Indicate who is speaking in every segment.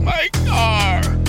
Speaker 1: My car!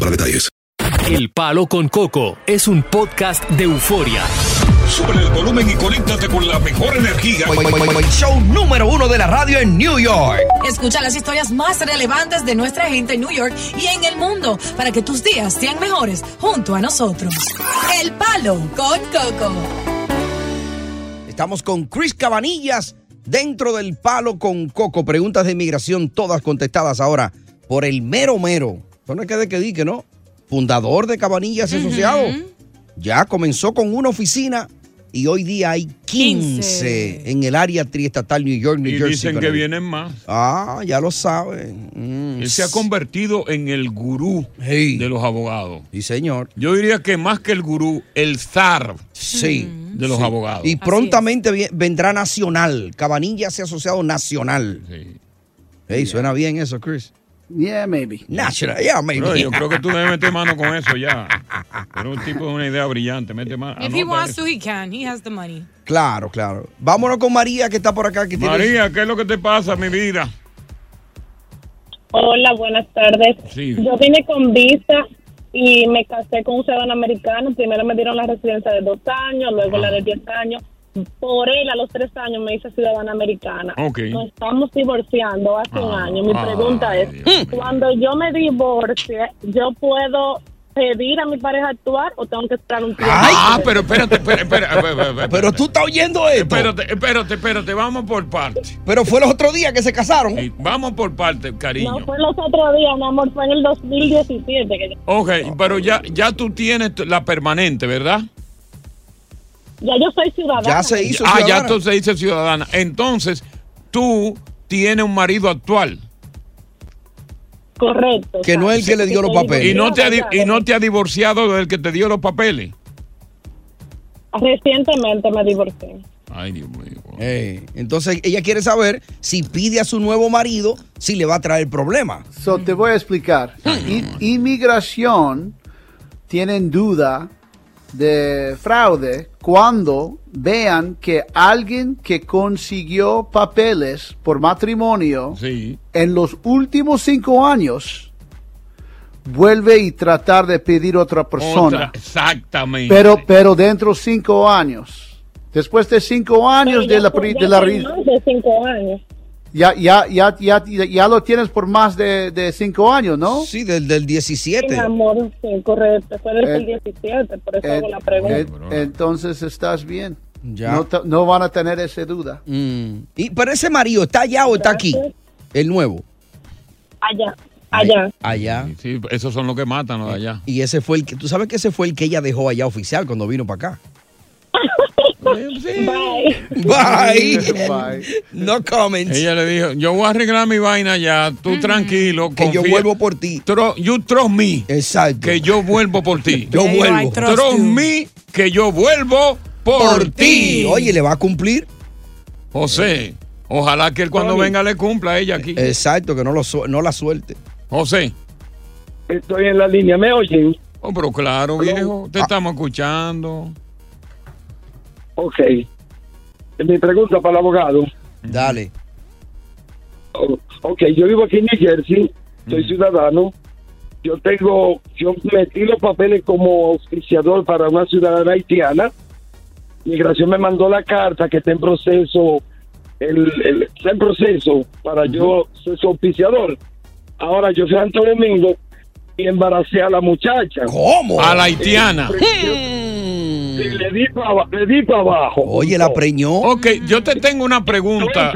Speaker 2: para detalles.
Speaker 3: El Palo con Coco es un podcast de euforia.
Speaker 4: Sube el volumen y conéctate con la mejor energía.
Speaker 5: Show número uno de la radio en New York.
Speaker 6: Escucha las historias más relevantes de nuestra gente en New York y en el mundo para que tus días sean mejores junto a nosotros. El Palo con Coco.
Speaker 5: Estamos con Chris Cabanillas dentro del palo con Coco. Preguntas de inmigración todas contestadas ahora por el mero mero. Esto no es que de que di que no. Fundador de Cabanillas Asociado. Ya comenzó con una oficina y hoy día hay 15,
Speaker 7: 15.
Speaker 5: en el área triestatal New York, New
Speaker 7: Y
Speaker 5: Jersey.
Speaker 7: dicen que
Speaker 5: Connecticut.
Speaker 7: vienen más.
Speaker 5: Ah, ya lo saben. Mm,
Speaker 7: Él se ha convertido en el gurú de los abogados.
Speaker 5: Sí, señor.
Speaker 7: Yo diría que más que el gurú, el zar
Speaker 5: Sí.
Speaker 7: de los
Speaker 5: Sí.
Speaker 7: abogados.
Speaker 5: Y prontamente vi- vendrá Nacional. Cabanilla se ha asociado Nacional. Ey, suena bien eso, Chris.
Speaker 8: Yeah, maybe.
Speaker 5: Nacional, yeah, maybe.
Speaker 7: Bro, yo creo que tú debes meter mano con eso ya. Pero un tipo de una idea brillante, mete mano.
Speaker 9: If he
Speaker 7: anota
Speaker 9: wants
Speaker 7: eso.
Speaker 9: to, he can. He has the money.
Speaker 5: Claro, claro. Vámonos con María, que está por acá. Que tiene-
Speaker 7: María, ¿qué es lo que te pasa, mi vida?
Speaker 10: Hola, buenas tardes.
Speaker 7: Sí.
Speaker 10: Yo vine con visa y me casé con un ciudadano americano. Primero me dieron la residencia de dos años, luego
Speaker 7: Ah.
Speaker 10: la de diez años. Por él, a los tres años me hice ciudadana americana.
Speaker 11: Ok.
Speaker 10: Nos estamos divorciando hace un
Speaker 7: Ah.
Speaker 10: año. Mi
Speaker 11: ay,
Speaker 10: pregunta es, cuando yo me divorcie, ¿yo puedo pedir a mi pareja actuar o tengo que esperar un tiempo?
Speaker 7: Ah, pero espérate, espérate, espérate.
Speaker 5: Pero tú estás oyendo esto.
Speaker 7: Espérate, espérate, espérate, vamos por partes.
Speaker 5: Pero fue los otros días que se casaron.
Speaker 7: Sí, Vamos por partes, cariño.
Speaker 10: No pues. fue los otros días, mi amor, fue en el 2017 que yo-
Speaker 7: Ok, pero ya, ya tú tienes tu- la permanente, ¿verdad?
Speaker 10: ya yo soy ciudadana.
Speaker 7: Ah, ya tú se hizo ciudadana. Entonces, tú tienes un marido actual.
Speaker 10: Correcto.
Speaker 5: Que no es el que le dio los papeles.
Speaker 7: Y no te ha, di- y no te ha divorciado del que te dio los papeles.
Speaker 10: Recientemente me divorcié.
Speaker 7: Ay, Dios mío.
Speaker 5: Ey, Entonces ella quiere saber si pide a su nuevo marido si le va a traer problemas.
Speaker 8: So, te voy a explicar. I- inmigración tienen duda de fraude cuando vean que alguien que consiguió papeles por matrimonio en los últimos cinco años vuelve y tratar de pedir otra persona.
Speaker 7: Otra- exactamente.
Speaker 8: Pero, pero dentro cinco años. Después de cinco años de la, pri- de la ri-
Speaker 10: de cinco años.
Speaker 8: ya, ya, ya, ya, ya lo tienes por más de, de cinco años, ¿no?
Speaker 5: Sí, del, del 17.
Speaker 10: Mi amor, sí, correcto. Fue desde el
Speaker 8: Eh,
Speaker 10: 17, por eso
Speaker 8: Eh,
Speaker 10: hago la pregunta.
Speaker 8: eh, entonces estás bien.
Speaker 5: Ya. Mm.
Speaker 8: No, te- no van a tener esa duda.
Speaker 5: Y, pero ese marido, ¿está allá o está aquí? El nuevo.
Speaker 10: allá, allá.
Speaker 5: Allá.
Speaker 7: Sí, esos son los que matan los de allá.
Speaker 5: Y ese fue el que, tú sabes que ese fue el que ella dejó allá oficial cuando vino para acá. Bye. No comments.
Speaker 7: Ella le dijo, yo voy a arreglar mi vaina ya, tú tranquilo.
Speaker 5: Que yo vuelvo por ti.
Speaker 7: you trust me.
Speaker 5: Exacto.
Speaker 7: Que yo vuelvo por ti.
Speaker 5: Yo There you are, vuelvo. I trust
Speaker 7: Trust
Speaker 5: you.
Speaker 7: me, que yo vuelvo por, ti.
Speaker 5: Oye, le va a cumplir.
Speaker 7: José, ojalá que él cuando
Speaker 5: Tony.
Speaker 7: venga le cumpla a ella aquí.
Speaker 5: Eh. Exacto, que no, lo su- no la suelte.
Speaker 7: José.
Speaker 12: Estoy en la línea, ¿me oyen?
Speaker 7: Oh, pero claro, viejo,
Speaker 5: Ah.
Speaker 7: te estamos escuchando.
Speaker 12: Ok. Mi pregunta para el abogado.
Speaker 5: Dale.
Speaker 12: O- Ok, yo vivo aquí en New Jersey, soy ciudadano,
Speaker 13: Yo tengo, yo metí los papeles como auspiciador para una ciudadana haitiana. Migración me mandó la carta que está en proceso, el, el- está en proceso para yo ser su auspiciador. Ahora yo fui a Santo Domingo y embaracé a la muchacha.
Speaker 5: ¿Cómo?
Speaker 7: A la haitiana.
Speaker 13: Sí, le di para abajo.
Speaker 5: Oye, la preñó.
Speaker 7: Ok, yo te tengo una pregunta.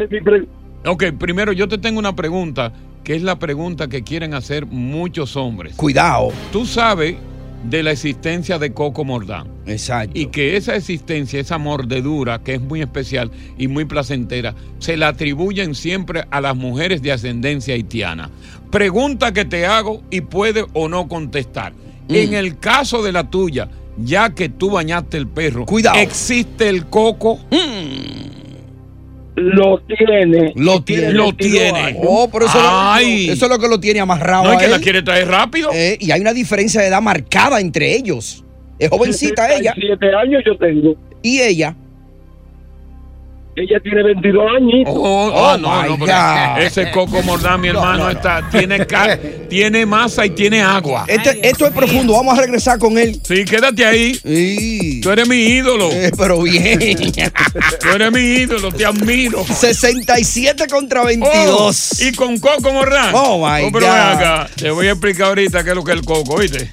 Speaker 7: Ok, primero yo te tengo una pregunta, que es la pregunta que quieren hacer muchos hombres.
Speaker 5: Cuidado.
Speaker 7: Tú sabes de la existencia de Coco Mordán.
Speaker 5: Exacto.
Speaker 7: Y que esa existencia, esa mordedura, que es muy especial y muy placentera, se la atribuyen siempre a las mujeres de ascendencia haitiana. Pregunta que te hago y puede o no contestar.
Speaker 5: Mm.
Speaker 7: En el caso de la tuya, ya que tú bañaste el perro,
Speaker 5: Cuidado. Mm.
Speaker 7: ¿existe el coco?
Speaker 13: Lo tiene.
Speaker 5: Lo tiene.
Speaker 7: Lo tiene.
Speaker 5: Oh, pero eso,
Speaker 7: Ay.
Speaker 5: eso es lo que lo tiene amarrado.
Speaker 7: No, es
Speaker 5: a
Speaker 7: que la
Speaker 5: él.
Speaker 7: quiere traer rápido.
Speaker 5: Eh, y hay una diferencia de edad marcada entre ellos. Es jovencita ella.
Speaker 13: Siete años yo tengo.
Speaker 5: Y ella.
Speaker 13: Ella tiene 22 años.
Speaker 7: Oh, ah, no, no, porque ese coco mordá, mi hermano, está, tiene, ca- tiene masa y tiene agua.
Speaker 5: Este- esto es profundo. Vamos a regresar con él. Eh,
Speaker 7: Sí, quédate ahí. Tú eres mi ídolo.
Speaker 5: pero bien.
Speaker 7: Tú eres mi ídolo, te admiro.
Speaker 5: 67 contra 22.
Speaker 7: Oh, y con coco mordá.
Speaker 5: Oh, my
Speaker 7: pero ven
Speaker 5: God.
Speaker 7: acá, te voy a explicar ahorita qué es lo que es el coco, ¿oíste?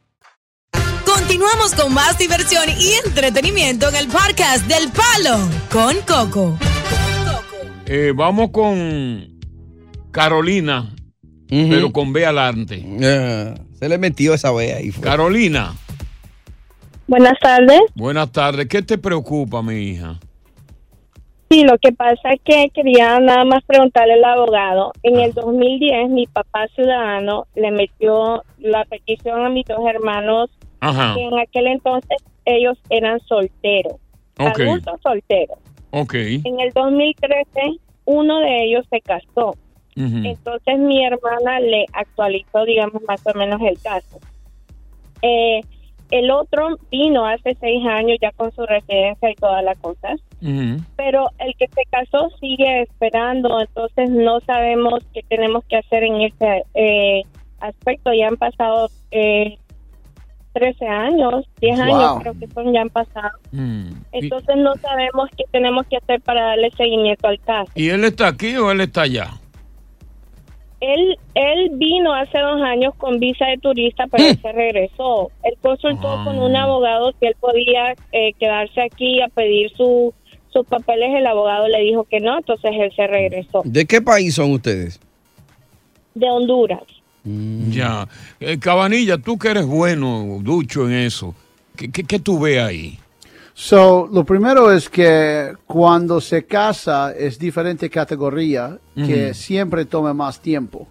Speaker 6: Continuamos con más diversión y entretenimiento en el podcast del Palo con Coco.
Speaker 7: Eh, vamos con Carolina, pero con B alante.
Speaker 5: Se le metió esa vea ahí.
Speaker 7: Carolina,
Speaker 10: Buenas tardes.
Speaker 7: buenas tardes. ¿Qué te preocupa, mi hija?
Speaker 10: Sí, lo que pasa es que quería nada más preguntarle al abogado. En el 2010, mi papá ciudadano le metió la petición a mis dos hermanos.
Speaker 7: Ajá.
Speaker 10: que en aquel entonces ellos eran solteros,
Speaker 7: Ok.
Speaker 10: adultos solteros.
Speaker 7: Ok.
Speaker 10: En el 2013, uno de ellos se casó.
Speaker 7: Ujú.
Speaker 10: Entonces mi hermana le actualizó, digamos, más o menos el caso. Eh, el otro vino hace seis años ya con su residencia y todas las cosas,
Speaker 7: Ujú.
Speaker 10: pero el que se casó sigue esperando, entonces no sabemos qué tenemos que hacer en ese eh, aspecto. Ya han pasado eh, 13 años, 10 años
Speaker 7: Wow.
Speaker 10: creo que son, ya han pasado.
Speaker 7: Mm. Y,
Speaker 10: Entonces no sabemos qué tenemos que hacer para darle seguimiento al caso.
Speaker 7: ¿y él está aquí o él está allá?
Speaker 10: Él, él vino hace dos años con visa de turista, pero
Speaker 14: Mm.
Speaker 10: él se regresó. Él consultó
Speaker 14: Ah,
Speaker 10: con un abogado si él podía eh, quedarse aquí a pedir su- sus papeles. El abogado le dijo que no, entonces él se regresó.
Speaker 5: ¿De qué país son ustedes?
Speaker 10: De Honduras.
Speaker 7: Ya. Eh, Cabanilla, tú que eres bueno, ducho en eso, ¿qué, qué- qué tú ves ahí?
Speaker 8: So, lo primero es que cuando se casa es diferente categoría que
Speaker 7: Ujú.
Speaker 8: siempre toma más tiempo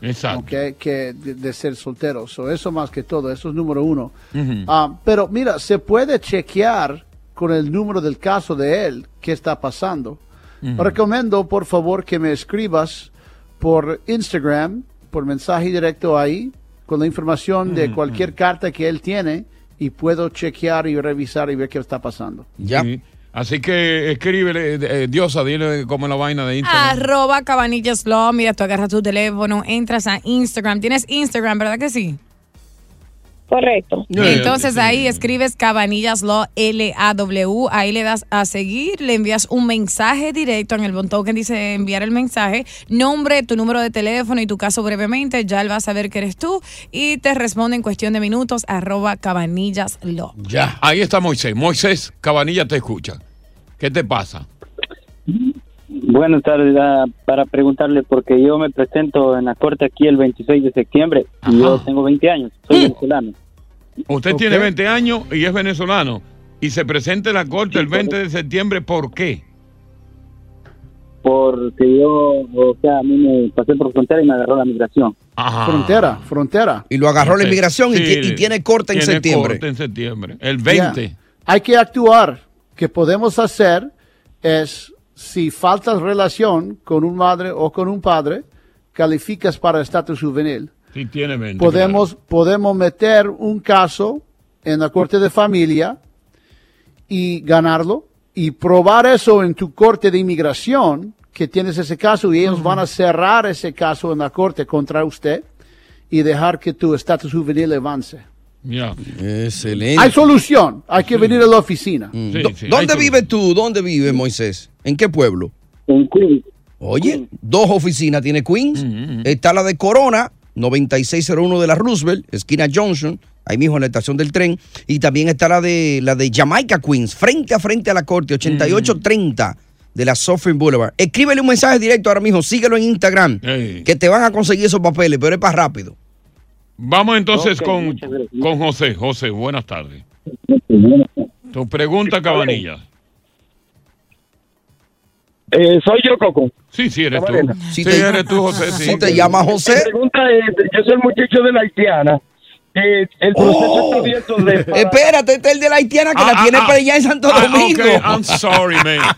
Speaker 7: Exacto.
Speaker 8: ¿ok? que de, de ser soltero. So, eso más que todo, eso es número uno.
Speaker 7: Ujú.
Speaker 8: Ah, pero mira, se puede chequear con el número del caso de él qué está pasando.
Speaker 15: Ujú.
Speaker 8: Recomiendo, por favor, que me escribas por Instagram, por mensaje directo ahí, con la información de cualquier carta que él tiene y puedo chequear y revisar y ver qué está pasando.
Speaker 5: Ya.
Speaker 7: Así que escríbele, eh, eh, Diosa, dile cómo es la vaina de Instagram.
Speaker 6: Arroba Cabanillas Law. Mira, tú agarras tu teléfono, entras a Instagram. Tienes Instagram, ¿verdad que sí?
Speaker 10: Correcto.
Speaker 6: Entonces ahí escribes Cabanillas Law, L-A-W. Ahí le das a seguir, le envías un mensaje directo en el botón que dice enviar el mensaje, nombre, tu número de teléfono y tu caso brevemente. Ya él va a saber que eres tú y te responde en cuestión de minutos. Arroba Cabanillas Law.
Speaker 7: Ya. Ahí está Moisés. Moisés, Cabanilla te escucha. ¿Qué te pasa?
Speaker 16: Buenas tardes, ah, para preguntarle, porque yo me presento en la corte aquí el 26 de septiembre y yo tengo 20 años, soy venezolano.
Speaker 7: Usted tiene 20 años y es venezolano y se presenta en la corte el 20 de septiembre. ¿Por qué?
Speaker 16: Porque yo, o sea, a mí me pasé por frontera y me agarró la migración.
Speaker 8: Frontera, frontera.
Speaker 5: Y lo agarró la inmigración y,
Speaker 7: Sí,
Speaker 5: ti- y tiene corte en
Speaker 7: tiene
Speaker 5: septiembre.
Speaker 7: corte en septiembre. El 20.
Speaker 8: Ya. Hay que actuar. Que podemos hacer es si faltas relación con un madre o con un padre, calificas para estatus juvenil.
Speaker 7: Sí, tiene 20.
Speaker 8: Podemos podemos meter un caso en la corte de familia y ganarlo y probar eso en tu corte de inmigración que tienes ese caso y ellos van a cerrar ese caso en la corte contra usted y dejar que tu estatus juvenil avance.
Speaker 7: claro. Ya.
Speaker 5: Excelente.
Speaker 8: Hay solución, hay que venir a la oficina.
Speaker 5: Mm. Do- ¿Dónde vive tú? ¿Dónde vive Moisés? ¿En qué pueblo?
Speaker 16: En Queens.
Speaker 5: Oye, dos oficinas tiene
Speaker 7: Mm,
Speaker 5: Queens. Está la de Corona, 9601 de la Roosevelt, esquina Johnson, ahí mismo en la estación del tren. Y también está la de la de Jamaica Queens, frente a frente a la corte, 8830 de la Suffering Boulevard. Escríbele un mensaje directo ahora mismo, síguelo en Instagram, que te van a conseguir esos papeles, pero es para rápido.
Speaker 7: Vamos entonces
Speaker 5: Ok,
Speaker 7: con,
Speaker 5: muchas gracias.
Speaker 7: con José. José, buenas tardes. Tu pregunta, Cabanilla.
Speaker 12: Eh, soy yo, Coco.
Speaker 7: Sí, sí, eres tú.
Speaker 12: Cabanilla.
Speaker 7: Sí, eres tú, José. Sí.
Speaker 12: Mi pregunta es, yo soy el muchacho de la haitiana. Eh, el proceso
Speaker 7: Oh.
Speaker 12: está abierto de... para-
Speaker 5: Espérate, está el de la haitiana que la tiene para allá en Santo
Speaker 7: Ah,
Speaker 5: Domingo.
Speaker 7: ok, I'm sorry, man.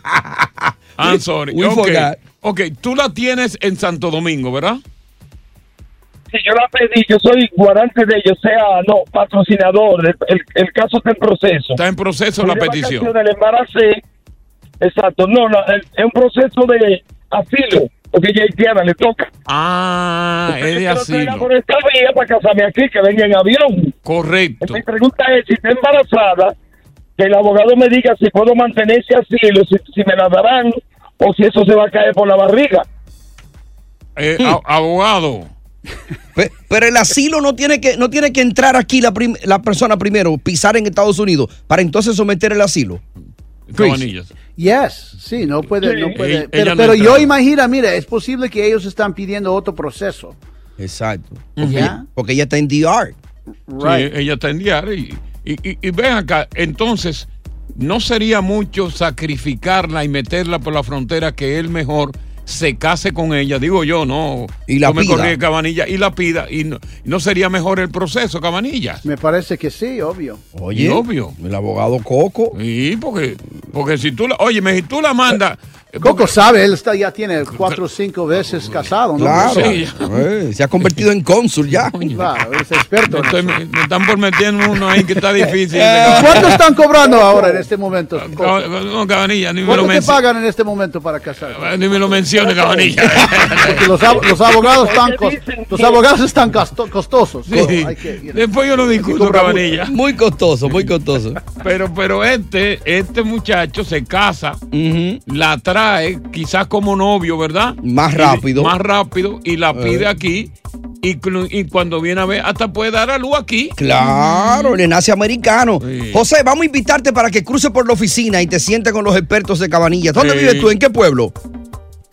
Speaker 7: I'm sorry.
Speaker 5: We
Speaker 7: ok.
Speaker 5: forgot.
Speaker 7: ok, tú la tienes en Santo Domingo, ¿verdad?
Speaker 12: Si yo la pedí, yo soy guarante de ellos, sea, no, patrocinador. El, el- el caso está en proceso.
Speaker 7: Está en proceso la petición.
Speaker 12: El embaracé. Exacto, no, la- el- es un proceso de asilo, porque ella es haitiana, le toca.
Speaker 7: Ah, es de
Speaker 12: Yo lo traiga
Speaker 7: asilo.
Speaker 12: por esta vía para casarme aquí, que venga en avión.
Speaker 7: Correcto.
Speaker 12: Mi pregunta es, si está embarazada, que el abogado me diga si puedo mantener ese asilo, si, si me la darán, o si eso se va a caer por la barriga.
Speaker 7: Eh, a- abogado.
Speaker 5: Pe- Pero el asilo no tiene que, no tiene que entrar aquí la, prim- la persona primero, pisar en Estados Unidos, para entonces someter el asilo.
Speaker 7: Cabanillas.
Speaker 8: Yes, sí, no puede,
Speaker 5: Sí.
Speaker 8: no puede.
Speaker 5: Ella-
Speaker 8: pero
Speaker 5: ella no
Speaker 8: pero yo
Speaker 5: entraba.
Speaker 8: imagino, mira, es posible que ellos están pidiendo otro proceso.
Speaker 5: Exacto.
Speaker 8: Ujú. Ya.
Speaker 5: Porque ella está en DR.
Speaker 7: Sí, ella está en diario. Y, y, y- y ven acá, entonces, ¿no sería mucho sacrificarla y meterla por la frontera que él mejor se case con ella? Digo yo, no.
Speaker 5: Y la
Speaker 7: yo me
Speaker 5: pida.
Speaker 7: corrí de Cabanilla y la pida. ¿Y no, no sería mejor el proceso, Cabanilla?
Speaker 8: Me parece que sí, obvio.
Speaker 7: Oye, obvio.
Speaker 5: El abogado Coco.
Speaker 7: Sí, porque, porque si tú la, oye, si tú la mandas, eh,
Speaker 8: Coco sabe, él está, ya tiene cuatro o cinco veces casado, ¿no?
Speaker 5: Claro.
Speaker 8: Sí.
Speaker 5: Eh, se ha convertido en cónsul ya.
Speaker 7: Pues
Speaker 8: Claro, es experto.
Speaker 7: estoy- me están por metiendo uno ahí que está difícil.
Speaker 8: Eh, ¿Cuánto están cobrando ahora en este momento? Coco?
Speaker 7: No, no, Cabanilla, ni me lo
Speaker 8: ¿Cuánto te
Speaker 7: menciones.
Speaker 8: pagan en este momento para casar?
Speaker 7: Ni me lo mencione, Cabanilla.
Speaker 8: Porque los, ab- los abogados están, cos- los abogados están gasto- costosos.
Speaker 7: Sí.
Speaker 8: Coco, hay que-
Speaker 7: Después yo lo discuto,
Speaker 8: cobra
Speaker 7: Cabanilla.
Speaker 5: Muy costoso, muy costoso.
Speaker 7: Pero, pero este, este muchacho se casa, la trae, quizás como novio, ¿verdad?
Speaker 5: Más
Speaker 7: Y-
Speaker 5: rápido.
Speaker 7: más rápido y la pide
Speaker 5: Eh.
Speaker 7: aquí. Y, clu- y cuando viene a ver, hasta puede dar a luz aquí. Mm.
Speaker 5: Claro, le nace americano. José, vamos a invitarte para que cruce por la oficina y te sientes con los expertos de Cabanillas. ¿Dónde
Speaker 12: Sí.
Speaker 5: vives tú? ¿En qué pueblo?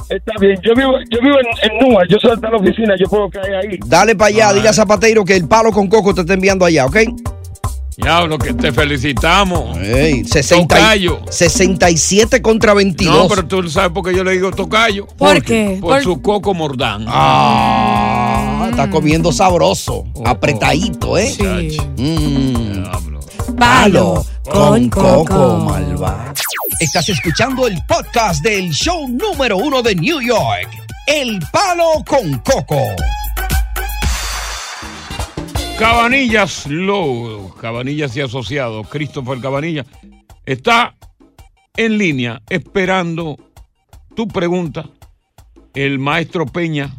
Speaker 12: Está bien, yo vivo, yo vivo en, en Nua, yo soy de la oficina, yo puedo caer ahí.
Speaker 5: Dale para
Speaker 7: Ah.
Speaker 5: allá, dile a Zapateiro que el palo con coco te está enviando allá, ¿ok?
Speaker 7: Diablo, que te felicitamos.
Speaker 5: Ey, 60 y-
Speaker 7: Tocayo.
Speaker 5: 67 contra 22.
Speaker 7: No, pero tú sabes por qué yo le digo tocayo.
Speaker 5: ¿Por qué?
Speaker 7: Por,
Speaker 5: Por-
Speaker 7: su coco mordán.
Speaker 5: Ah, está comiendo sabroso, apretadito, ¿eh?
Speaker 7: Oh, Sí.
Speaker 5: Mm. Palo con coco, malva. Estás escuchando el podcast del show número uno de New York, El Palo con Coco.
Speaker 7: Cabanillas Low, Cabanillas y Asociados, Christopher Cabanillas, está en línea esperando tu pregunta. El maestro Peña.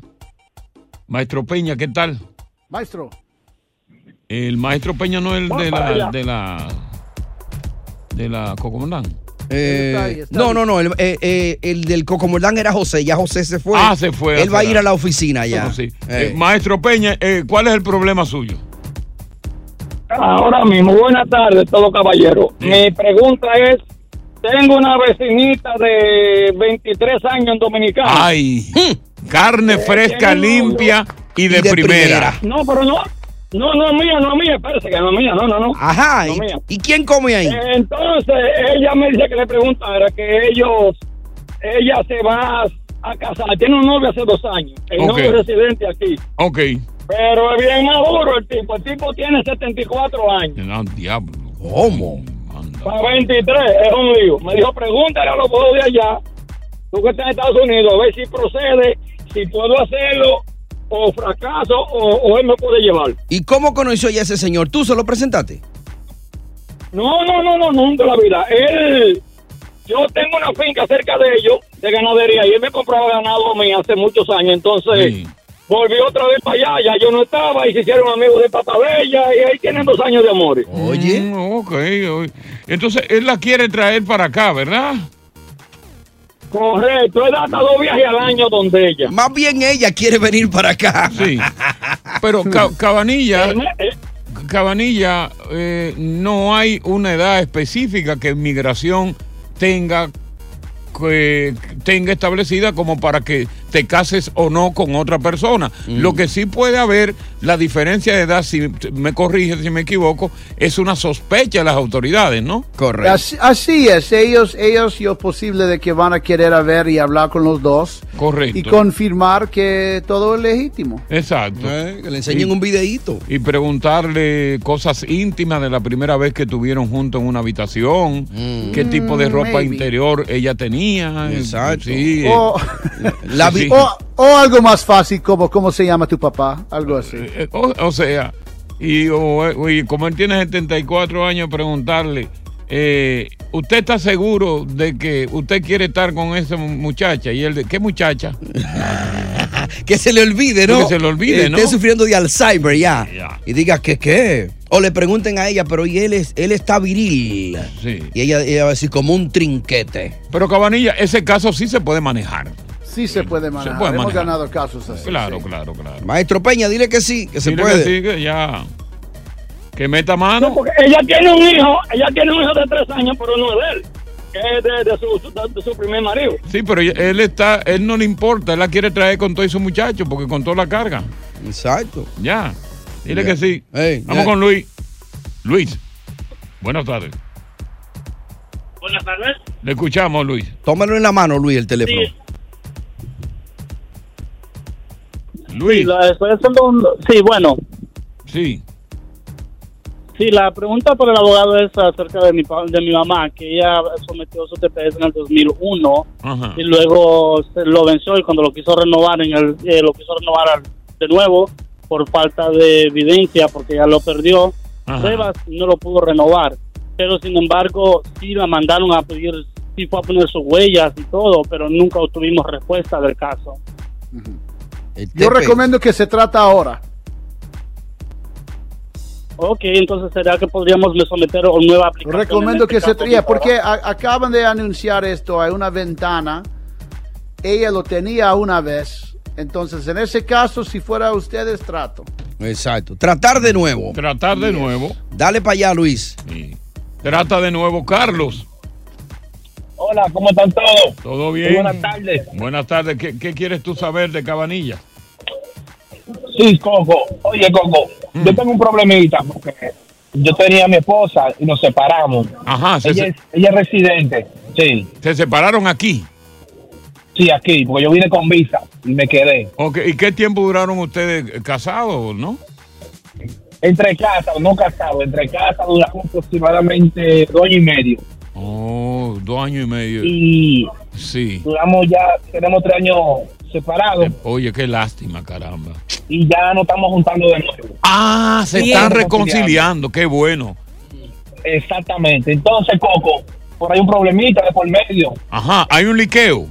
Speaker 7: Maestro Peña, ¿qué tal?
Speaker 8: Maestro.
Speaker 7: El maestro Peña no es el de la, de la. de la Cocomandán.
Speaker 5: Eh,
Speaker 7: Está ahí, está
Speaker 5: no,
Speaker 7: ahí.
Speaker 5: no, no. El, eh, eh, el del Cocomordán era José. Ya José se fue.
Speaker 7: Ah, se fue.
Speaker 5: Él va a ir a la oficina ya.
Speaker 7: Bueno, sí. Eh, maestro Peña, eh, ¿cuál es el problema suyo?
Speaker 12: Ahora mismo, buenas tardes, todo caballero. Mi pregunta es, tengo una vecinita de 23 Eh, años en Dominicana. Eh,
Speaker 7: Ay, carne fresca, limpia y de, primera.
Speaker 12: No, pero no, no, no es mía, no es mía, espérate que no es mía, no, no, no.
Speaker 5: Ajá,
Speaker 12: No es
Speaker 5: ¿y-
Speaker 12: mía.
Speaker 5: ¿y quién come ahí?
Speaker 12: Eh, Entonces, ella me dice que le preguntara que ellos, ella se va a casar, tiene un novio hace dos años, el
Speaker 7: Ok.
Speaker 12: novio es residente aquí.
Speaker 7: Ok.
Speaker 12: Pero es bien maduro el tipo, el tipo tiene 74 años.
Speaker 7: No, diablo.
Speaker 5: ¿Cómo?
Speaker 12: Para 23, es un lío. Me dijo, pregúntale a los bodos de allá, tú que estás en Estados Unidos, a ver si procede, si puedo hacerlo, o fracaso, o, o él me puede llevar.
Speaker 5: ¿Y cómo conoció ya ese señor? ¿Tú se lo presentaste?
Speaker 12: No, no, no, no, nunca en la vida. Él, yo tengo una finca cerca de ellos, de ganadería, y él me compraba ganado a mí hace muchos años, entonces... Volví otra vez para allá, ya yo no estaba y se hicieron amigos de Patabella y ahí tienen dos años de amores.
Speaker 7: Oye. Mm, ok, oye. Entonces, él la quiere traer para acá, ¿verdad?
Speaker 12: Correcto, él da hasta dos viajes al año donde ella.
Speaker 5: Más bien ella quiere venir para acá.
Speaker 7: Sí. Pero Ca- Cabanilla,
Speaker 12: e, eh.
Speaker 7: Cabanilla, eh, no hay una edad específica que migración tenga que tenga establecida como para que te cases o no con otra persona. Lo que sí puede haber, la diferencia de edad, si t- me corriges si me equivoco, es una sospecha de las autoridades, ¿no?
Speaker 8: Así, así es, ellos, ellos yo posible de que van a querer a ver y hablar con los dos
Speaker 7: Correcto.
Speaker 8: y confirmar que todo es legítimo.
Speaker 7: Exacto.
Speaker 5: Eh, que le enseñen un videíto.
Speaker 7: Y preguntarle cosas íntimas de la primera vez que tuvieron juntos en una habitación, qué tipo de
Speaker 8: Mm,
Speaker 7: ropa
Speaker 8: maybe. Oh.
Speaker 7: interior ella tenía. Exacto. Sí, eh,
Speaker 8: O,
Speaker 7: la vi-
Speaker 8: o, o algo más fácil como cómo se llama tu papá, algo así.
Speaker 7: eh, o, o sea, y, o- y como él tiene 74 años, preguntarle, eh, ¿usted está seguro de que usted quiere estar con esa muchacha? Y él, de- ¿qué muchacha?
Speaker 5: Que se le olvide, ¿no?
Speaker 7: Que se le olvide,
Speaker 5: Eh,
Speaker 7: ¿no?
Speaker 5: Esté sufriendo de Alzheimer ya.
Speaker 7: Ya.
Speaker 5: Y diga, ¿qué qué? O le pregunten a ella, pero y él, es, él está viril.
Speaker 7: Sí.
Speaker 5: Y ella, ella va a decir, como un trinquete.
Speaker 7: Pero Cabanilla, ese caso sí se puede manejar.
Speaker 8: Sí se puede manejar.
Speaker 7: puede
Speaker 8: Hemos
Speaker 7: manejar.
Speaker 8: ganado casos así.
Speaker 7: Claro, claro, claro.
Speaker 5: Maestro Peña, dile que sí, que se
Speaker 7: Dile
Speaker 5: puede.
Speaker 7: Que sí, que ya. Que meta mano.
Speaker 12: porque ella tiene un hijo, ella tiene un hijo de tres años, pero no es de él, que es de, de su, de su primer marido.
Speaker 7: Sí, pero él está, él no le importa, él la quiere traer con todo y su muchacho, porque con toda la carga.
Speaker 5: Exacto.
Speaker 7: Ya. Dile
Speaker 5: Ya.
Speaker 7: que sí.
Speaker 5: Ey,
Speaker 7: Vamos
Speaker 5: ya.
Speaker 7: con Luis. Luis. Buenas tardes.
Speaker 16: Buenas tardes.
Speaker 7: Le escuchamos, Luis.
Speaker 5: Tómalo en la mano, Luis, el teléfono.
Speaker 7: Luis.
Speaker 16: Sí, la- estoy haciendo un- sí, bueno.
Speaker 7: Sí.
Speaker 16: Sí, la pregunta para el abogado es acerca de mi, pa- de mi mamá, que ella sometió su TPS en el 2001
Speaker 7: Ajá.
Speaker 16: y luego se lo venció y cuando lo quiso renovar, en el, eh, lo quiso renovar al- de nuevo por falta de evidencia, porque ya lo perdió,
Speaker 17: Ajá.
Speaker 16: pruebas y no lo pudo renovar. Pero sin embargo, sí la mandaron a pedir, sí fue a poner sus huellas y todo, pero nunca obtuvimos respuesta del caso.
Speaker 8: Yo recomiendo que se trata ahora.
Speaker 16: Ok, entonces será que podríamos someter una nueva aplicación.
Speaker 8: Recomiendo
Speaker 16: en
Speaker 8: que
Speaker 16: este
Speaker 8: se
Speaker 16: caso,
Speaker 8: tría,
Speaker 16: por
Speaker 8: porque
Speaker 16: favor?
Speaker 8: a- acaban de anunciar esto, hay una ventana, ella lo tenía una vez, entonces en ese caso, si fuera ustedes, trato.
Speaker 5: Exacto. Tratar de nuevo.
Speaker 7: Tratar de nuevo.
Speaker 5: Dale para allá, Luis.
Speaker 7: Trata de nuevo, Carlos.
Speaker 16: Hola, ¿cómo están todos?
Speaker 7: ¿Todo bien?
Speaker 16: Buenas tardes.
Speaker 7: Buenas tardes. ¿Qué, qué quieres tú saber de Cabanilla?
Speaker 16: Sí, Coco. Oye, Coco,
Speaker 7: yo
Speaker 16: tengo un problemita porque yo tenía a mi esposa y nos separamos.
Speaker 7: Ajá, se-
Speaker 16: ella,
Speaker 7: se-
Speaker 16: es, ella es residente, sí.
Speaker 7: ¿Se separaron aquí?
Speaker 16: Sí, aquí, porque yo vine con visa y me quedé.
Speaker 7: Ok, ¿y qué tiempo duraron ustedes eh, casados, no?
Speaker 16: Entre casas, no casado, entre casas duramos aproximadamente dos años y medio.
Speaker 7: Oh, dos años y medio.
Speaker 16: Y
Speaker 7: Sí.
Speaker 16: duramos ya, tenemos tres años
Speaker 12: separados
Speaker 7: Oye, qué lástima, caramba.
Speaker 12: y ya nos estamos juntando de nuevo.
Speaker 7: Ah, Se están
Speaker 12: eh.
Speaker 7: reconciliando, qué bueno.
Speaker 12: Exactamente. Entonces, Coco, por ahí un problemita de por medio.
Speaker 7: Ajá, hay un liqueo.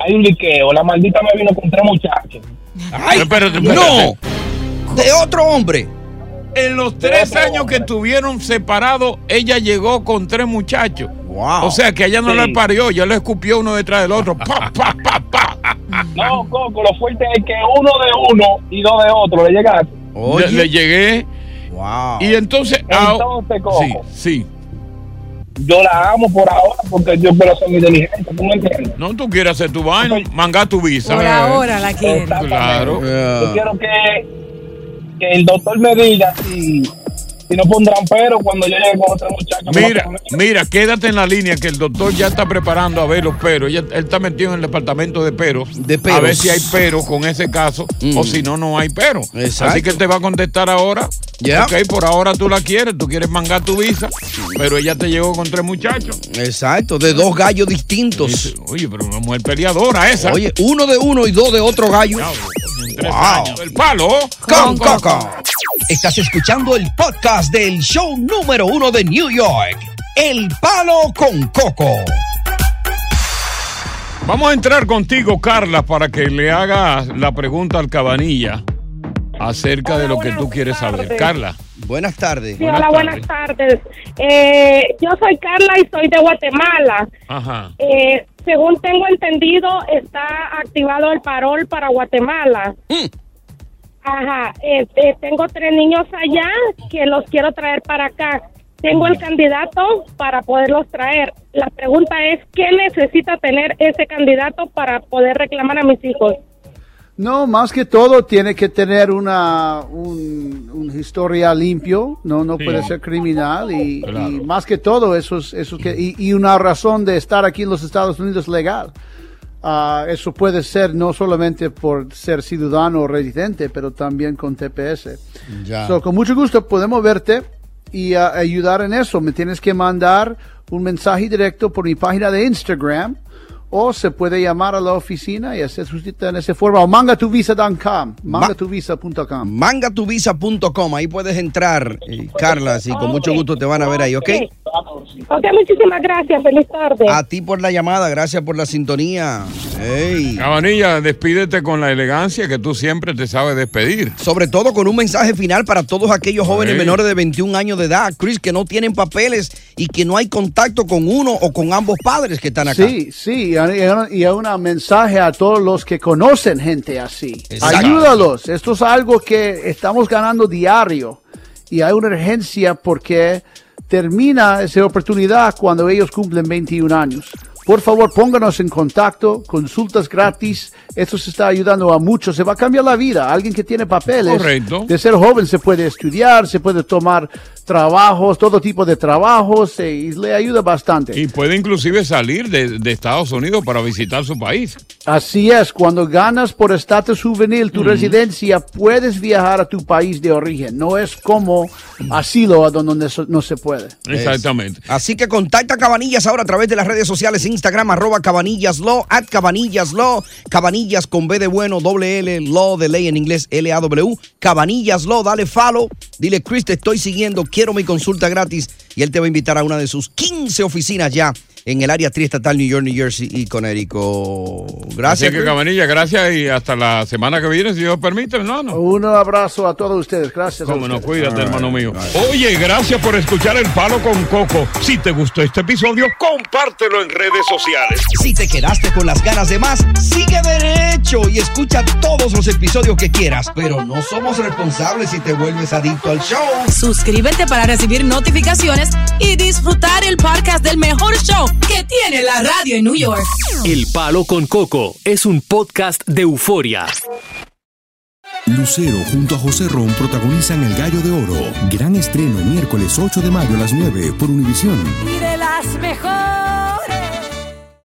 Speaker 12: Hay un liqueo. La maldita me vino con tres muchachos.
Speaker 7: ¡Ay! Espérate,
Speaker 12: no.
Speaker 5: De otro hombre.
Speaker 7: En los tres años que estuvieron separados, ella llegó con tres muchachos. O sea que ella no
Speaker 12: Sí.
Speaker 7: la parió, ya lo escupió uno detrás del otro. Pa, pa, pa, pa.
Speaker 12: No, Coco, lo fuerte es que uno de uno y dos de otro. Le llegaste.
Speaker 7: Le, le llegué. Y entonces. ah,
Speaker 12: Entonces, Coco.
Speaker 7: sí, sí.
Speaker 12: Yo la amo por ahora porque yo quiero ser inteligente. ¿Tú me entiendes?
Speaker 7: No, tú quieres hacer tu vaina, manga tu visa.
Speaker 12: Por ahora la quiere.
Speaker 7: quieres. Claro.
Speaker 12: Yo quiero que, que el doctor me diga si, si no pondrán pero cuando yo llegue con otro muchacho.
Speaker 7: Mira, mira, quédate en la línea que el doctor ya está preparando a ver los peros. Ella- él está metido en el departamento de peros.
Speaker 5: peros. Mm.
Speaker 7: A ver si hay peros con ese caso o si no, no hay peros.
Speaker 5: Exacto.
Speaker 7: Así que él te va a contestar ahora.
Speaker 5: Ya.
Speaker 7: Ok, por ahora tú la quieres, tú quieres mangar tu visa, pero ella te llegó con tres muchachos.
Speaker 5: Exacto, de dos gallos distintos.
Speaker 7: Oye, pero una mujer peleadora esa.
Speaker 5: Oye, uno de uno y dos de otro gallo. Wow.
Speaker 7: El palo.
Speaker 5: Con Coco. Estás escuchando el podcast del show número uno de New York. El palo con Coco.
Speaker 7: Vamos a entrar contigo, Carla, para que le hagas la pregunta al cabanilla acerca de lo que tú quieres saber.
Speaker 14: tardes.
Speaker 7: Carla.
Speaker 5: Buenas tardes.
Speaker 14: Sí, hola, buenas tardes. Eh, yo soy Carla y soy de Guatemala.
Speaker 7: Ajá.
Speaker 14: Eh, según tengo entendido, está activado el parol para Guatemala. Ajá, eh, eh, tengo tres niños allá que los quiero traer para acá. Tengo el candidato para poderlos traer. La pregunta es, ¿qué necesita tener ese candidato para poder reclamar a mis hijos?
Speaker 8: No, más que todo tiene que tener una un, un historia limpio, no no
Speaker 18: Sí.
Speaker 8: puede ser criminal y,
Speaker 18: Claro.
Speaker 8: y más que todo eso es eso que y, y una razón de estar aquí en los Estados Unidos legal. Ah, eso puede ser no solamente por ser ciudadano o residente, pero también con TPS.
Speaker 5: Ya.
Speaker 8: So, con mucho gusto podemos verte y ah, ayudar en eso. Me tienes que mandar un mensaje directo por mi página de Instagram o se puede llamar a la oficina y hacer su cita en ese forma o mangatuvisa.com, mangatuvisa.com.
Speaker 5: Mangatuvisa.com, ahí puedes entrar, eh, Carla, así con mucho gusto te van a ver ahí, ¿ok?
Speaker 14: Ok, muchísimas gracias. Feliz tarde.
Speaker 5: A ti por la llamada, gracias por la sintonía. Ey.
Speaker 7: Cabanilla, despídete con la elegancia que tú siempre te sabes despedir.
Speaker 5: Sobre todo con un mensaje final para todos aquellos jóvenes
Speaker 7: Ey.
Speaker 5: menores de 21 años de edad, Chris, que no tienen papeles y que no hay contacto con uno o con ambos padres que están acá.
Speaker 8: Sí, sí, y a- y a un mensaje a todos los que conocen gente así.
Speaker 5: Exacto.
Speaker 8: Ayúdalos, esto es algo que estamos ganando diario y hay una urgencia porque termina esa oportunidad cuando ellos cumplen 21 años. Por favor, pónganos en contacto, consultas gratis, esto se está ayudando a muchos, se va a cambiar la vida. Alguien que tiene papeles,
Speaker 7: Correcto.
Speaker 8: de ser joven se puede estudiar, se puede tomar trabajos, todo tipo de trabajos, eh, y le ayuda bastante.
Speaker 7: Y puede inclusive salir de, de Estados Unidos para visitar su país.
Speaker 8: Así es, cuando ganas por estatus juvenil tu residencia, puedes viajar a tu país de origen. No es como asilo a donde so- no se puede.
Speaker 7: Exactamente.
Speaker 5: Así que contacta a Cabanillas ahora a través de las redes sociales, Instagram, arroba cabanillaslo, at cabanillaslo, cabanillas con B de bueno, doble L, lo de ley en inglés, L-A-W, cabanillaslo, dale follow, dile Chris, te estoy siguiendo, quiero mi consulta gratis y él te va a invitar a una de sus 15 oficinas ya en el área triestatal New York, New Jersey y Connecticut. Gracias.
Speaker 7: Así que,
Speaker 5: Chris.
Speaker 7: Cabanilla, gracias y hasta la semana que viene, si Dios permite, hermano.
Speaker 8: Un abrazo a todos ustedes, gracias. a
Speaker 7: Cómo no,
Speaker 8: ustedes.
Speaker 7: cuídate, hermano mío. Oye, gracias por escuchar El Palo con Coco. Si te gustó este episodio, compártelo en redes sociales.
Speaker 5: Si te quedaste con las ganas de más, sigue derecho y escucha todos los episodios que quieras. Pero no somos responsables si te vuelves adicto al show.
Speaker 6: Suscríbete para recibir notificaciones y disfrutar el podcast del mejor show que tiene la radio en New York.
Speaker 3: El Palo con Coco es un podcast de euforia.
Speaker 19: Lucero junto a José Ron protagonizan El Gallo de Oro. Gran estreno miércoles 8 de mayo a las 9 por Univisión.
Speaker 6: Y de las mejores.